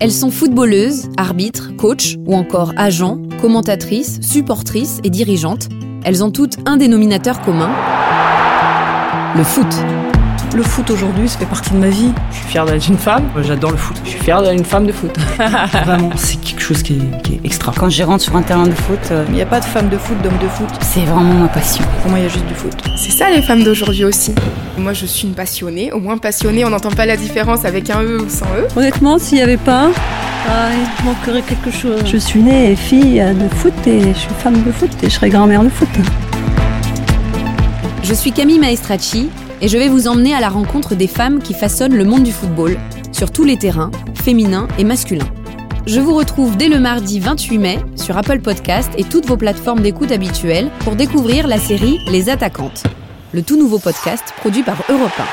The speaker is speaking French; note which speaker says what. Speaker 1: Elles sont footballeuses, arbitres, coachs ou encore agents, commentatrices, supportrices et dirigeantes. Elles ont toutes un dénominateur commun, le foot.
Speaker 2: Le foot aujourd'hui, ça fait partie de ma vie.
Speaker 3: Je suis fière d'être une femme. J'adore le foot. Je suis fière d'être une femme de foot. Vraiment, c'est quelque chose qui est, qui est extra.
Speaker 4: Quand je rentre sur un terrain de foot, euh,
Speaker 2: Il n'y a pas de femme de foot, d'homme de foot.
Speaker 4: c'est vraiment ma passion.
Speaker 2: Pour moi, il y a juste du foot.
Speaker 5: C'est ça les femmes d'aujourd'hui aussi. Moi je suis une passionnée, au moins passionnée, on n'entend pas la différence avec un E ou sans E.
Speaker 6: Honnêtement, s'il n'y avait pas, ah, il manquerait quelque chose. Je suis née fille de foot et je suis femme de foot et je serai grand-mère de foot.
Speaker 1: Je suis Camille Maestracci et je vais vous emmener à la rencontre des femmes qui façonnent le monde du football, sur tous les terrains, féminins et masculins. Je vous retrouve dès le mardi 28 mai sur Apple Podcast et toutes vos plateformes d'écoute habituelles pour découvrir la série Les Attaquantes, le tout nouveau podcast produit par Europa.